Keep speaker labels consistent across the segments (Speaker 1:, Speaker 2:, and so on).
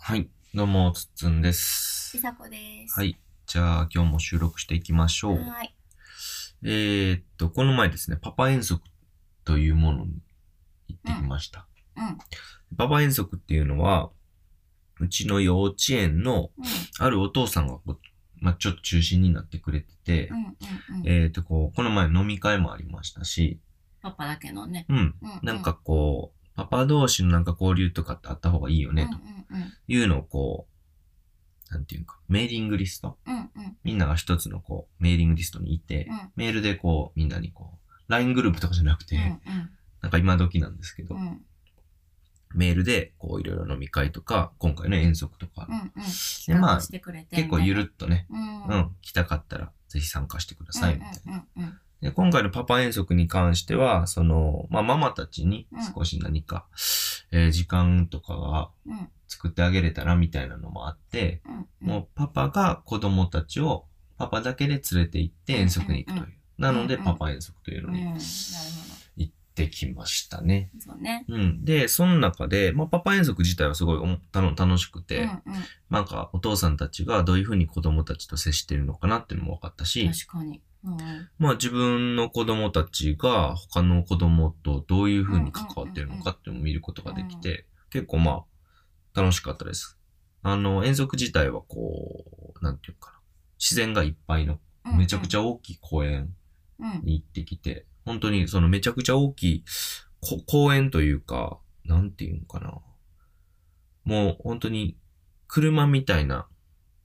Speaker 1: はい。どうも、つっつんです
Speaker 2: ち。さこです。
Speaker 1: はい。じゃあ、今日も収録していきましょう。
Speaker 2: はい。
Speaker 1: えー、っと、この前ですね、パパ遠足というものに行ってきました。
Speaker 2: うんうん
Speaker 1: パパ遠足っていうのは、うちの幼稚園の
Speaker 2: うん。
Speaker 1: あるお父さんがこう、まあ、ちょっと中心になってくれてて、
Speaker 2: うん。うん。うん。
Speaker 1: えー、っと、こう、この前飲み会もありましたし、
Speaker 2: パパだけのね。
Speaker 1: うん。
Speaker 2: うう
Speaker 1: なんか、こう、パパ同士のなんか交流とかってあった方がいいよ
Speaker 2: うん。
Speaker 1: ね、
Speaker 2: う
Speaker 1: と
Speaker 2: ん。うん。
Speaker 1: いうのをこう、なんていうか、メーリングリスト
Speaker 2: うん。うん。
Speaker 1: みんなが一つのこう、メーリングリストにいて、
Speaker 2: うん
Speaker 1: メールでこう、みんなにこう、LINE グループとかじゃなくて、なんか今時なんですけど、
Speaker 2: うん。うん。うん。
Speaker 1: メールでこう、いろいろ飲み会とか、今回の遠足とか、
Speaker 2: うん。
Speaker 1: でまあ、
Speaker 2: してくれて。
Speaker 1: 結構ゆ
Speaker 2: る。
Speaker 1: るっとね、
Speaker 2: う。
Speaker 1: うんん、来たかったら、ぜひ参加してください、みたいな。
Speaker 2: うん。うん。
Speaker 1: で今回のパパ遠足に関しては、その、まあ、ママたちに
Speaker 2: うん
Speaker 1: 少し何か、えー時間とかが
Speaker 2: うん。
Speaker 1: 作ってあげれたらみたいなのもあって、
Speaker 2: うん。
Speaker 1: もうパパが子供たちをパパだけで連れて行って遠足に行くという。なので
Speaker 2: うんうん
Speaker 1: パパ遠足という
Speaker 2: う
Speaker 1: の
Speaker 2: ん。なる
Speaker 1: に
Speaker 2: ほ
Speaker 1: 行ってきましたね。
Speaker 2: ど。そうね。
Speaker 1: うん。で、その中で、まあパパ遠足自体はすごいおもたの楽しく
Speaker 2: うん。
Speaker 1: て、
Speaker 2: うん。
Speaker 1: なんかお父さんたちがどういうふうに子供たちと接してるのかなっていうのも分かったし、
Speaker 2: 確かに。うん。
Speaker 1: まあ自分の子供たちが他の子供とどういうふうに関わってるのかっていうのを見ることができて、結構まあ楽しかったです。あの、遠足自体はこう、なんていうかな、自然がいっぱいのめちゃくち
Speaker 2: ゃ。
Speaker 1: ゃ大きい公園
Speaker 2: うん。
Speaker 1: に行ってきて、本当にそのめちゃくちゃ大きいこ公園というか、なんていうのかな。もう本当に車みたいな、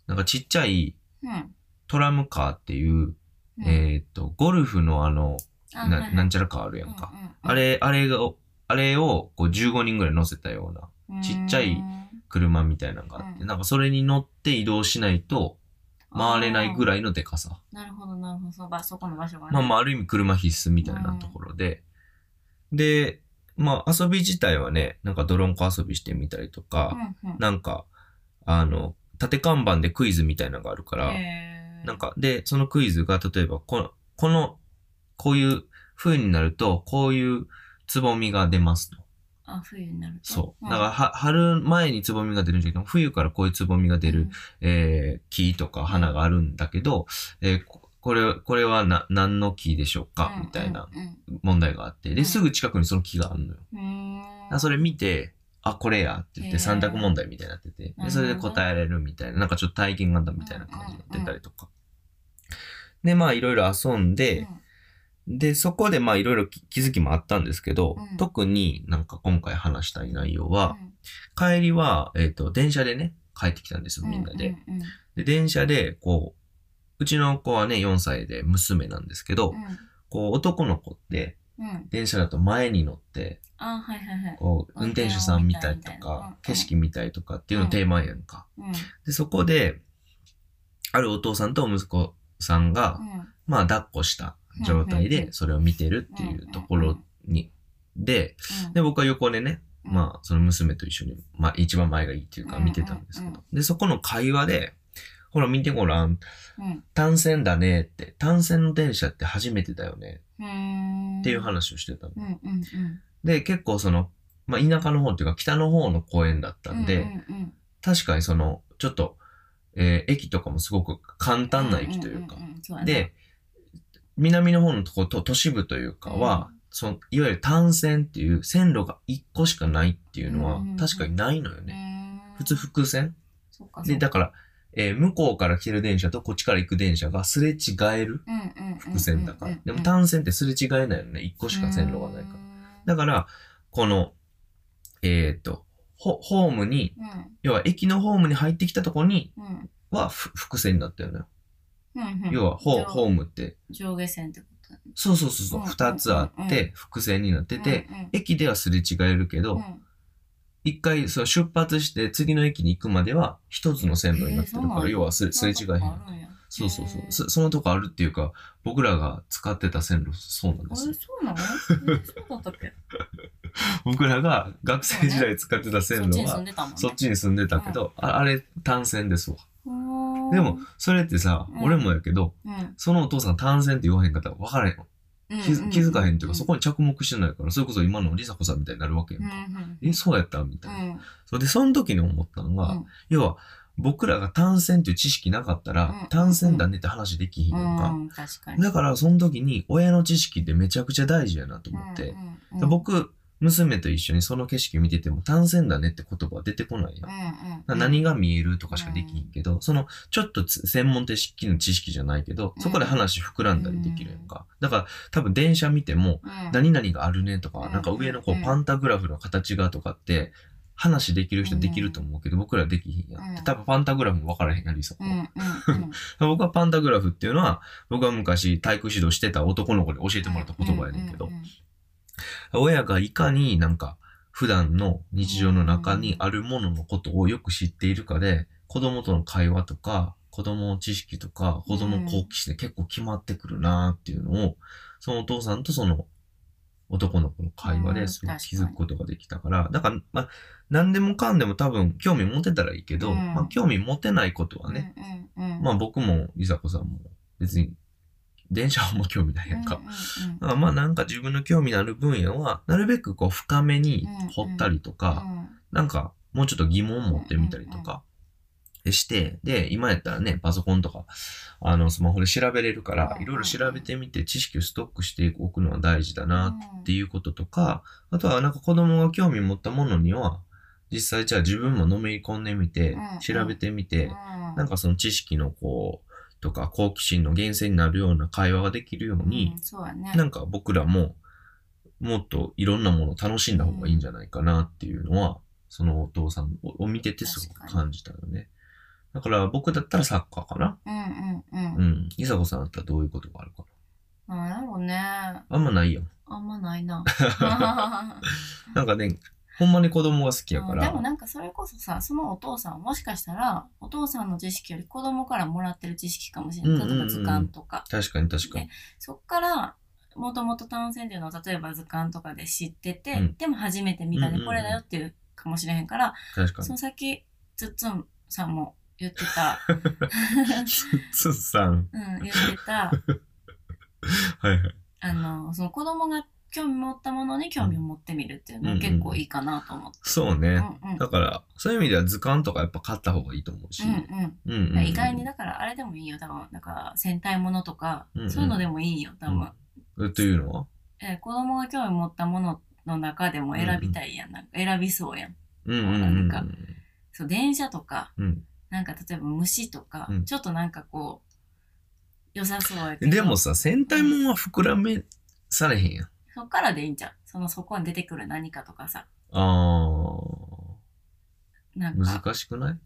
Speaker 1: なんかちっちゃい
Speaker 2: うん。
Speaker 1: トラムカーっていう、えーっと、ゴルフのあの、ななん
Speaker 2: ち
Speaker 1: ちゃらカーあるやんか。。あ
Speaker 2: れ、
Speaker 1: れ、あれが、あれをこう15人ぐらい乗せたような車みたいなのがあって、
Speaker 2: うん
Speaker 1: なんかそれに乗って移動しないと回れないぐ
Speaker 2: らい。
Speaker 1: らいのデカさ。
Speaker 2: なるほど、なるほど。その場、そこの場所が。
Speaker 1: まあまあ、ある意味車必須みたいなところで。で、まあ遊び自体はね、なんか泥んこ遊びしてみたりと
Speaker 2: あ
Speaker 1: か、。なんか、あの、縦看板でクイズみたいなのがあるから、なん
Speaker 2: か、
Speaker 1: か、で、そのクイズが、例えば、この、この、こういう風になると、こういうつぼみが出ますと。
Speaker 2: あ、冬になると。
Speaker 1: そう。だから、は、春前につぼみが出るんじゃなくて、冬からこういうつぼみが出る、えー、木とか花があるんだけど、えーここれ、これはな、何の木でしょう
Speaker 2: う
Speaker 1: か
Speaker 2: ん
Speaker 1: みたいな
Speaker 2: うん
Speaker 1: 問題があって。
Speaker 2: う
Speaker 1: で、
Speaker 2: ん
Speaker 1: すぐ近くにその木があるのよ。
Speaker 2: うん
Speaker 1: だからそれ見て、あ、これやって言っ
Speaker 2: へ
Speaker 1: て
Speaker 2: ー
Speaker 1: 三択問題みたいになってて、でそれで答えられるみたいな、なんかちょっと体験型みたいな感じになってたりとか。で、まあいろいろ遊んで、で、そこでまあいろいろ気気づきもあったんですけど、
Speaker 2: うん
Speaker 1: 特になんか今回話したい内容は、
Speaker 2: うん
Speaker 1: 帰りは、えっ、と、電車でね、帰ってきたんですよ、みんなで。。
Speaker 2: うんうん
Speaker 1: で、電車で、こう、うちの子はね、4歳で娘なんですけど、こう、男の子って、
Speaker 2: うんうん
Speaker 1: 電車だと前に乗って、
Speaker 2: あ、はいはいはい。
Speaker 1: こう、運転手さん見たりと
Speaker 2: 運転を見たりみたいなうんう
Speaker 1: か
Speaker 2: ん、
Speaker 1: 景色見たりとかっていうの定番やんか。
Speaker 2: うん
Speaker 1: で、そこで、あるお父さんと息子さんが、
Speaker 2: う
Speaker 1: まあ、抱っこした状態
Speaker 2: うんうんう
Speaker 1: で、
Speaker 2: ん
Speaker 1: それを見てるっていうところに、で、
Speaker 2: ん。
Speaker 1: で、僕は横でね、
Speaker 2: うん
Speaker 1: まあ、その娘と一緒に、まあ、一番前がいいっていうか、
Speaker 2: うん
Speaker 1: 見てたんですけ
Speaker 2: うん
Speaker 1: ど、で、そこの会話で、ほら、見てごらん、
Speaker 2: うん
Speaker 1: 単線だねって、単線の電車って初めてだよね
Speaker 2: うん。
Speaker 1: っていう話をしてたの。
Speaker 2: うんうんうん。
Speaker 1: で、結構その、まあ、田舎の方っていうか北の方の公園だったんで、
Speaker 2: うんうんうん、
Speaker 1: 確かにその、ちょっと、えー駅とかもすごく簡単な駅というか、
Speaker 2: んんんそうやな、
Speaker 1: で、南の方のとこと都市部というかは、そのいわゆる単線っていう線路が1個しかないっていうのは
Speaker 2: うんうんうん
Speaker 1: 確かにないのよね。
Speaker 2: ね
Speaker 1: 普通複線
Speaker 2: そうかそ
Speaker 1: で、
Speaker 2: うか
Speaker 1: だから、えー向こうから来てる電車とこっちから行く電車がすれ違える
Speaker 2: うんうんうんうん
Speaker 1: 複線だから。でも
Speaker 2: うん
Speaker 1: 単線ってすれ違えないよね。1個しか線路がないから。だから、この、えっ、と、ホホームに、要は駅のホームに入ってきたとこに
Speaker 2: うんうん
Speaker 1: はふ伏線になったよね。
Speaker 2: うんうん
Speaker 1: 要はホ
Speaker 2: 上
Speaker 1: ホームって、
Speaker 2: 上下線ってことだね
Speaker 1: そうそうそうそう、
Speaker 2: うん
Speaker 1: 二つあっ
Speaker 2: うん
Speaker 1: て伏線になってて、
Speaker 2: うんうん
Speaker 1: 駅ではすれ違えるけ
Speaker 2: う
Speaker 1: ど、
Speaker 2: ん
Speaker 1: 一回そう出発して次の駅に行くまでは一つの線路になって
Speaker 2: えーそ
Speaker 1: る
Speaker 2: う
Speaker 1: か
Speaker 2: なん
Speaker 1: ら、
Speaker 2: や
Speaker 1: 要はすれすれ違えへ
Speaker 2: な
Speaker 1: ん
Speaker 2: んか。あるんや
Speaker 1: そうそうそ
Speaker 2: へ
Speaker 1: う。
Speaker 2: ー
Speaker 1: そそのとこあるっていうか、僕らが使ってた線路、そうなんで
Speaker 2: あれ
Speaker 1: す
Speaker 2: そう
Speaker 1: よ。
Speaker 2: なのえそうだったっけ
Speaker 1: 僕らが学生時代使ってた
Speaker 2: そ
Speaker 1: 線
Speaker 2: っち
Speaker 1: 路
Speaker 2: に住ん
Speaker 1: は、
Speaker 2: でたもんね
Speaker 1: そっちに住んでたけど、ああれ単線ですわ。で
Speaker 2: で
Speaker 1: も、、それってさ
Speaker 2: う、ん
Speaker 1: 俺もやけど、
Speaker 2: うん、
Speaker 1: そのお父さん単線って言わへんかったら分からへんの。気づ気づかへんっていうか、そ
Speaker 2: こ
Speaker 1: こに着目してないから、それこそ今のりさこさんみたいになるわけや
Speaker 2: うんん
Speaker 1: か。え、そうやったみたいな。
Speaker 2: うん
Speaker 1: それで、その時に思ったのが、
Speaker 2: うん
Speaker 1: 要は、僕らが単線っていう知識なかったら、
Speaker 2: うん
Speaker 1: 単線だねって話できひんやんか。
Speaker 2: うん確かに
Speaker 1: だから、その時に、親の知識ってめちゃくちゃ大事やなと思って、
Speaker 2: うん
Speaker 1: で僕、娘と一緒にその景色見てても、単線だねって言葉は出てこないやん。だ
Speaker 2: う
Speaker 1: か
Speaker 2: んうん
Speaker 1: ら何が見えるとかしかできひんけど、その、ちょっとつ専門的な知識じゃないけど、そこで話膨らんだりできるやんか。だから、多分電車見ても、
Speaker 2: うん
Speaker 1: 何々があるねと
Speaker 2: う
Speaker 1: か、
Speaker 2: ん
Speaker 1: なんか上のこ
Speaker 2: うん
Speaker 1: うパンタグラフの形がとかって、話できる人できると思うけど、僕らできひんやん。
Speaker 2: うん
Speaker 1: 多分パンタグラフも分からへんやりさ、
Speaker 2: うんうんうん
Speaker 1: 僕はパンタグラフっていうのは、僕は昔体育指導してた男の子に教えてもらった言葉やねんけど、
Speaker 2: ううん
Speaker 1: 親がいかになんか普段の日常の中にあるもののことをよく知っているかで、子供との会話とか、子供の知識とか、子供の好奇心で結構決まってくるなーっていうのを、そのお父さんとその男の子の会話
Speaker 2: う
Speaker 1: で
Speaker 2: ん
Speaker 1: すごく気づくことができたから、だから、まあ、何でもかんでも多分興味持てたらいいけど、
Speaker 2: うん
Speaker 1: まあ、興味持てないことはね、
Speaker 2: うんうんうん
Speaker 1: まあ僕もいさこさんも別に電車はあんま興味ないやんか。
Speaker 2: うんうん
Speaker 1: だからまあなんか自分の興味のある分野は、なるべくこう深めに掘ったりとか、なんかもうちょっと疑問を持ってみたりとかして、で、今やったらね、パソコンとか、あの、スマホで調べれるか
Speaker 2: うん
Speaker 1: ら
Speaker 2: う、ん
Speaker 1: いろいろ調べてみて知識をストックしておくのは大事だなっていうこととか、あとはなんか子供が興味持ったものには、実際じゃあ自分ものめり込んでみて
Speaker 2: うんうん、
Speaker 1: 調べてみ
Speaker 2: う
Speaker 1: て
Speaker 2: ん、うん
Speaker 1: なんかその知識のこう、とか好奇心の源泉になるような会話ができるように
Speaker 2: う、んそうやね
Speaker 1: なんか僕らも、もっといろんなものを楽しんだ方がいいんじゃないかなっていうのは、そのお父さんをを見ててすごく感じたよね。だから僕だったらサッカーかな。
Speaker 2: うんうんうん
Speaker 1: うん。いさこさんだったらどういうことがあるか
Speaker 2: なんやろうね
Speaker 1: な。あんまないやん。
Speaker 2: あんまない な
Speaker 1: なんかね、ほんまに子供が好きやか
Speaker 2: うんで
Speaker 1: ら
Speaker 2: も。なんかそれこそさそのお父さんはもしかしたらお父さんの知識より子供からもらってる知識かもしれない例えば図鑑とか、
Speaker 1: 確かに確かに
Speaker 2: ね。そっからもともと単線っていうのを例えば図鑑とかで知ってて、
Speaker 1: うん
Speaker 2: でも初めて見た
Speaker 1: うんうん
Speaker 2: で
Speaker 1: うん
Speaker 2: これだよっていうかもしれへんから、
Speaker 1: 確か
Speaker 2: そ
Speaker 1: に
Speaker 2: の。先つっつんさんも言って た、
Speaker 1: つっさん。
Speaker 2: うん、言ってた
Speaker 1: はいはい。
Speaker 2: あのその子供が興味持ったものに興味を持ってみるっていうのは結構いいかなと思って。
Speaker 1: そう
Speaker 2: うん
Speaker 1: ね。
Speaker 2: うん
Speaker 1: だから、そういう意味では図鑑とかやっぱ買った方がいいと思うし。
Speaker 2: うんう
Speaker 1: う
Speaker 2: ん
Speaker 1: んうんうん
Speaker 2: 意外にだからあれでもいいよ多分なんか戦隊ものとか、
Speaker 1: うんうん
Speaker 2: そういうのでもいいよ多分、
Speaker 1: えというのは
Speaker 2: えー子供が興味持ったものの中でも選びたいやん,、なんか選びそうやん
Speaker 1: うんうんうんうん。
Speaker 2: なんそう電車とか
Speaker 1: うん。
Speaker 2: なんか例えば虫とか、
Speaker 1: うん
Speaker 2: ちょっとなんかこう良さそうやけど
Speaker 1: でもさ、戦隊もんは膨らめされへんやん。
Speaker 2: そっからでいいんじゃんそのそこに出てくる何かとかさ
Speaker 1: あ
Speaker 2: な
Speaker 1: ー、
Speaker 2: んか
Speaker 1: 難しくない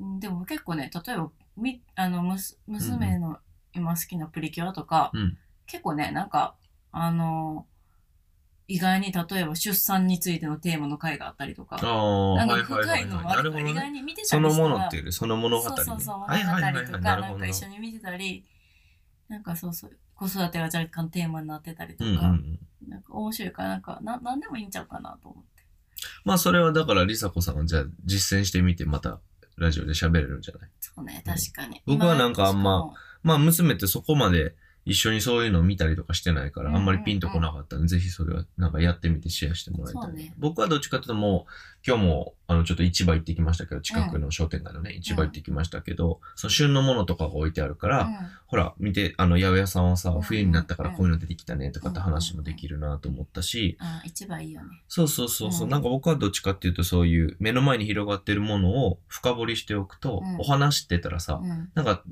Speaker 2: うんでも結構ね例えばみあのむす娘の今好きなプリキュアとか、
Speaker 1: うん
Speaker 2: 結構ねなんかあの意外に例えば出産についてのテーマの回があったりと
Speaker 1: あ
Speaker 2: か
Speaker 1: ー、
Speaker 2: なん
Speaker 1: は
Speaker 2: か
Speaker 1: いはい
Speaker 2: 深
Speaker 1: はいい
Speaker 2: の
Speaker 1: はい。
Speaker 2: もあ
Speaker 1: な
Speaker 2: る
Speaker 1: る
Speaker 2: か
Speaker 1: ほ
Speaker 2: ら
Speaker 1: ど
Speaker 2: 意
Speaker 1: ね。
Speaker 2: 外に見てた
Speaker 1: そ
Speaker 2: り
Speaker 1: の
Speaker 2: した
Speaker 1: も
Speaker 2: ら
Speaker 1: のっていうよりその物語ね。
Speaker 2: そうそうそう物語
Speaker 1: はいはいはいは
Speaker 2: とか
Speaker 1: い。なる
Speaker 2: な
Speaker 1: ほ
Speaker 2: ん
Speaker 1: ど
Speaker 2: か
Speaker 1: な。
Speaker 2: 一緒に見てたりなんかそうそう子育てが若干テーマになってたりと
Speaker 1: う
Speaker 2: か、
Speaker 1: んうん。
Speaker 2: なんか面白いからなんかななんでもいいんちゃうかなと思って
Speaker 1: まあそれはだから、りさこさんがじゃあ実践してみて、またラジオで喋れるんじゃない
Speaker 2: そうね確かに、
Speaker 1: 僕はなんかあんまま
Speaker 2: 今
Speaker 1: あ娘ってそこまで一緒にそういうのを見たりとかしてないか
Speaker 2: う
Speaker 1: ら、
Speaker 2: んうん
Speaker 1: あ
Speaker 2: うん
Speaker 1: んまりピンとこなかったんで、ぜひそれはなんかやってみてシェアしてもらいた
Speaker 2: そう
Speaker 1: い。
Speaker 2: ね
Speaker 1: 僕はどっちかというともう、今日もあのちょっと市場行ってきましたけど、近くの商店街のね、市場行ってきましたけど、その旬のものとかが置いてあるから、ほら、見て、あの、八百屋さんはさ
Speaker 2: うん、
Speaker 1: 冬になったからこういうの出てきたねとかって話もできるなと思ったし、
Speaker 2: うん、あ一番いいよね
Speaker 1: そうそうそうそう、
Speaker 2: うん
Speaker 1: なんか僕はどっちかっていうとそういう目の前に広がってるものを深掘りしておくと、
Speaker 2: うん
Speaker 1: お話してたらさ、
Speaker 2: うん
Speaker 1: なんか、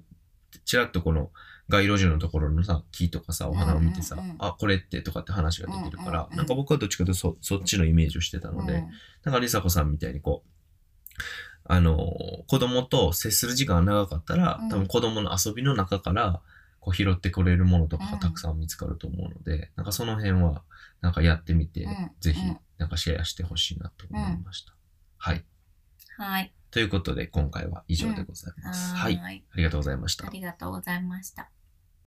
Speaker 1: ちらっとこの街路樹のところのさ、木とかさ、お花を見てさ、
Speaker 2: うんうんうん
Speaker 1: あ、これってとかって話ができるから、
Speaker 2: うんうんうん
Speaker 1: なんか僕はどっちかというとそそっちのイメージをしてたので、
Speaker 2: うん
Speaker 1: なんかりさこさんみたいにこう、あのー子供と接する時間が長かったら、
Speaker 2: うん
Speaker 1: 多分子供の遊びの中から、こう拾ってくれるものとかがたくさん見つかると思うので、なんかその辺は、なんかやってみて、
Speaker 2: うん
Speaker 1: ぜひ
Speaker 2: うん、
Speaker 1: なんかシェアしてほしいなと思いました。はい。
Speaker 2: はい
Speaker 1: ということで、今回は以上でございます。はい。
Speaker 2: はい
Speaker 1: ありがとうございました
Speaker 2: あ。りがとうございました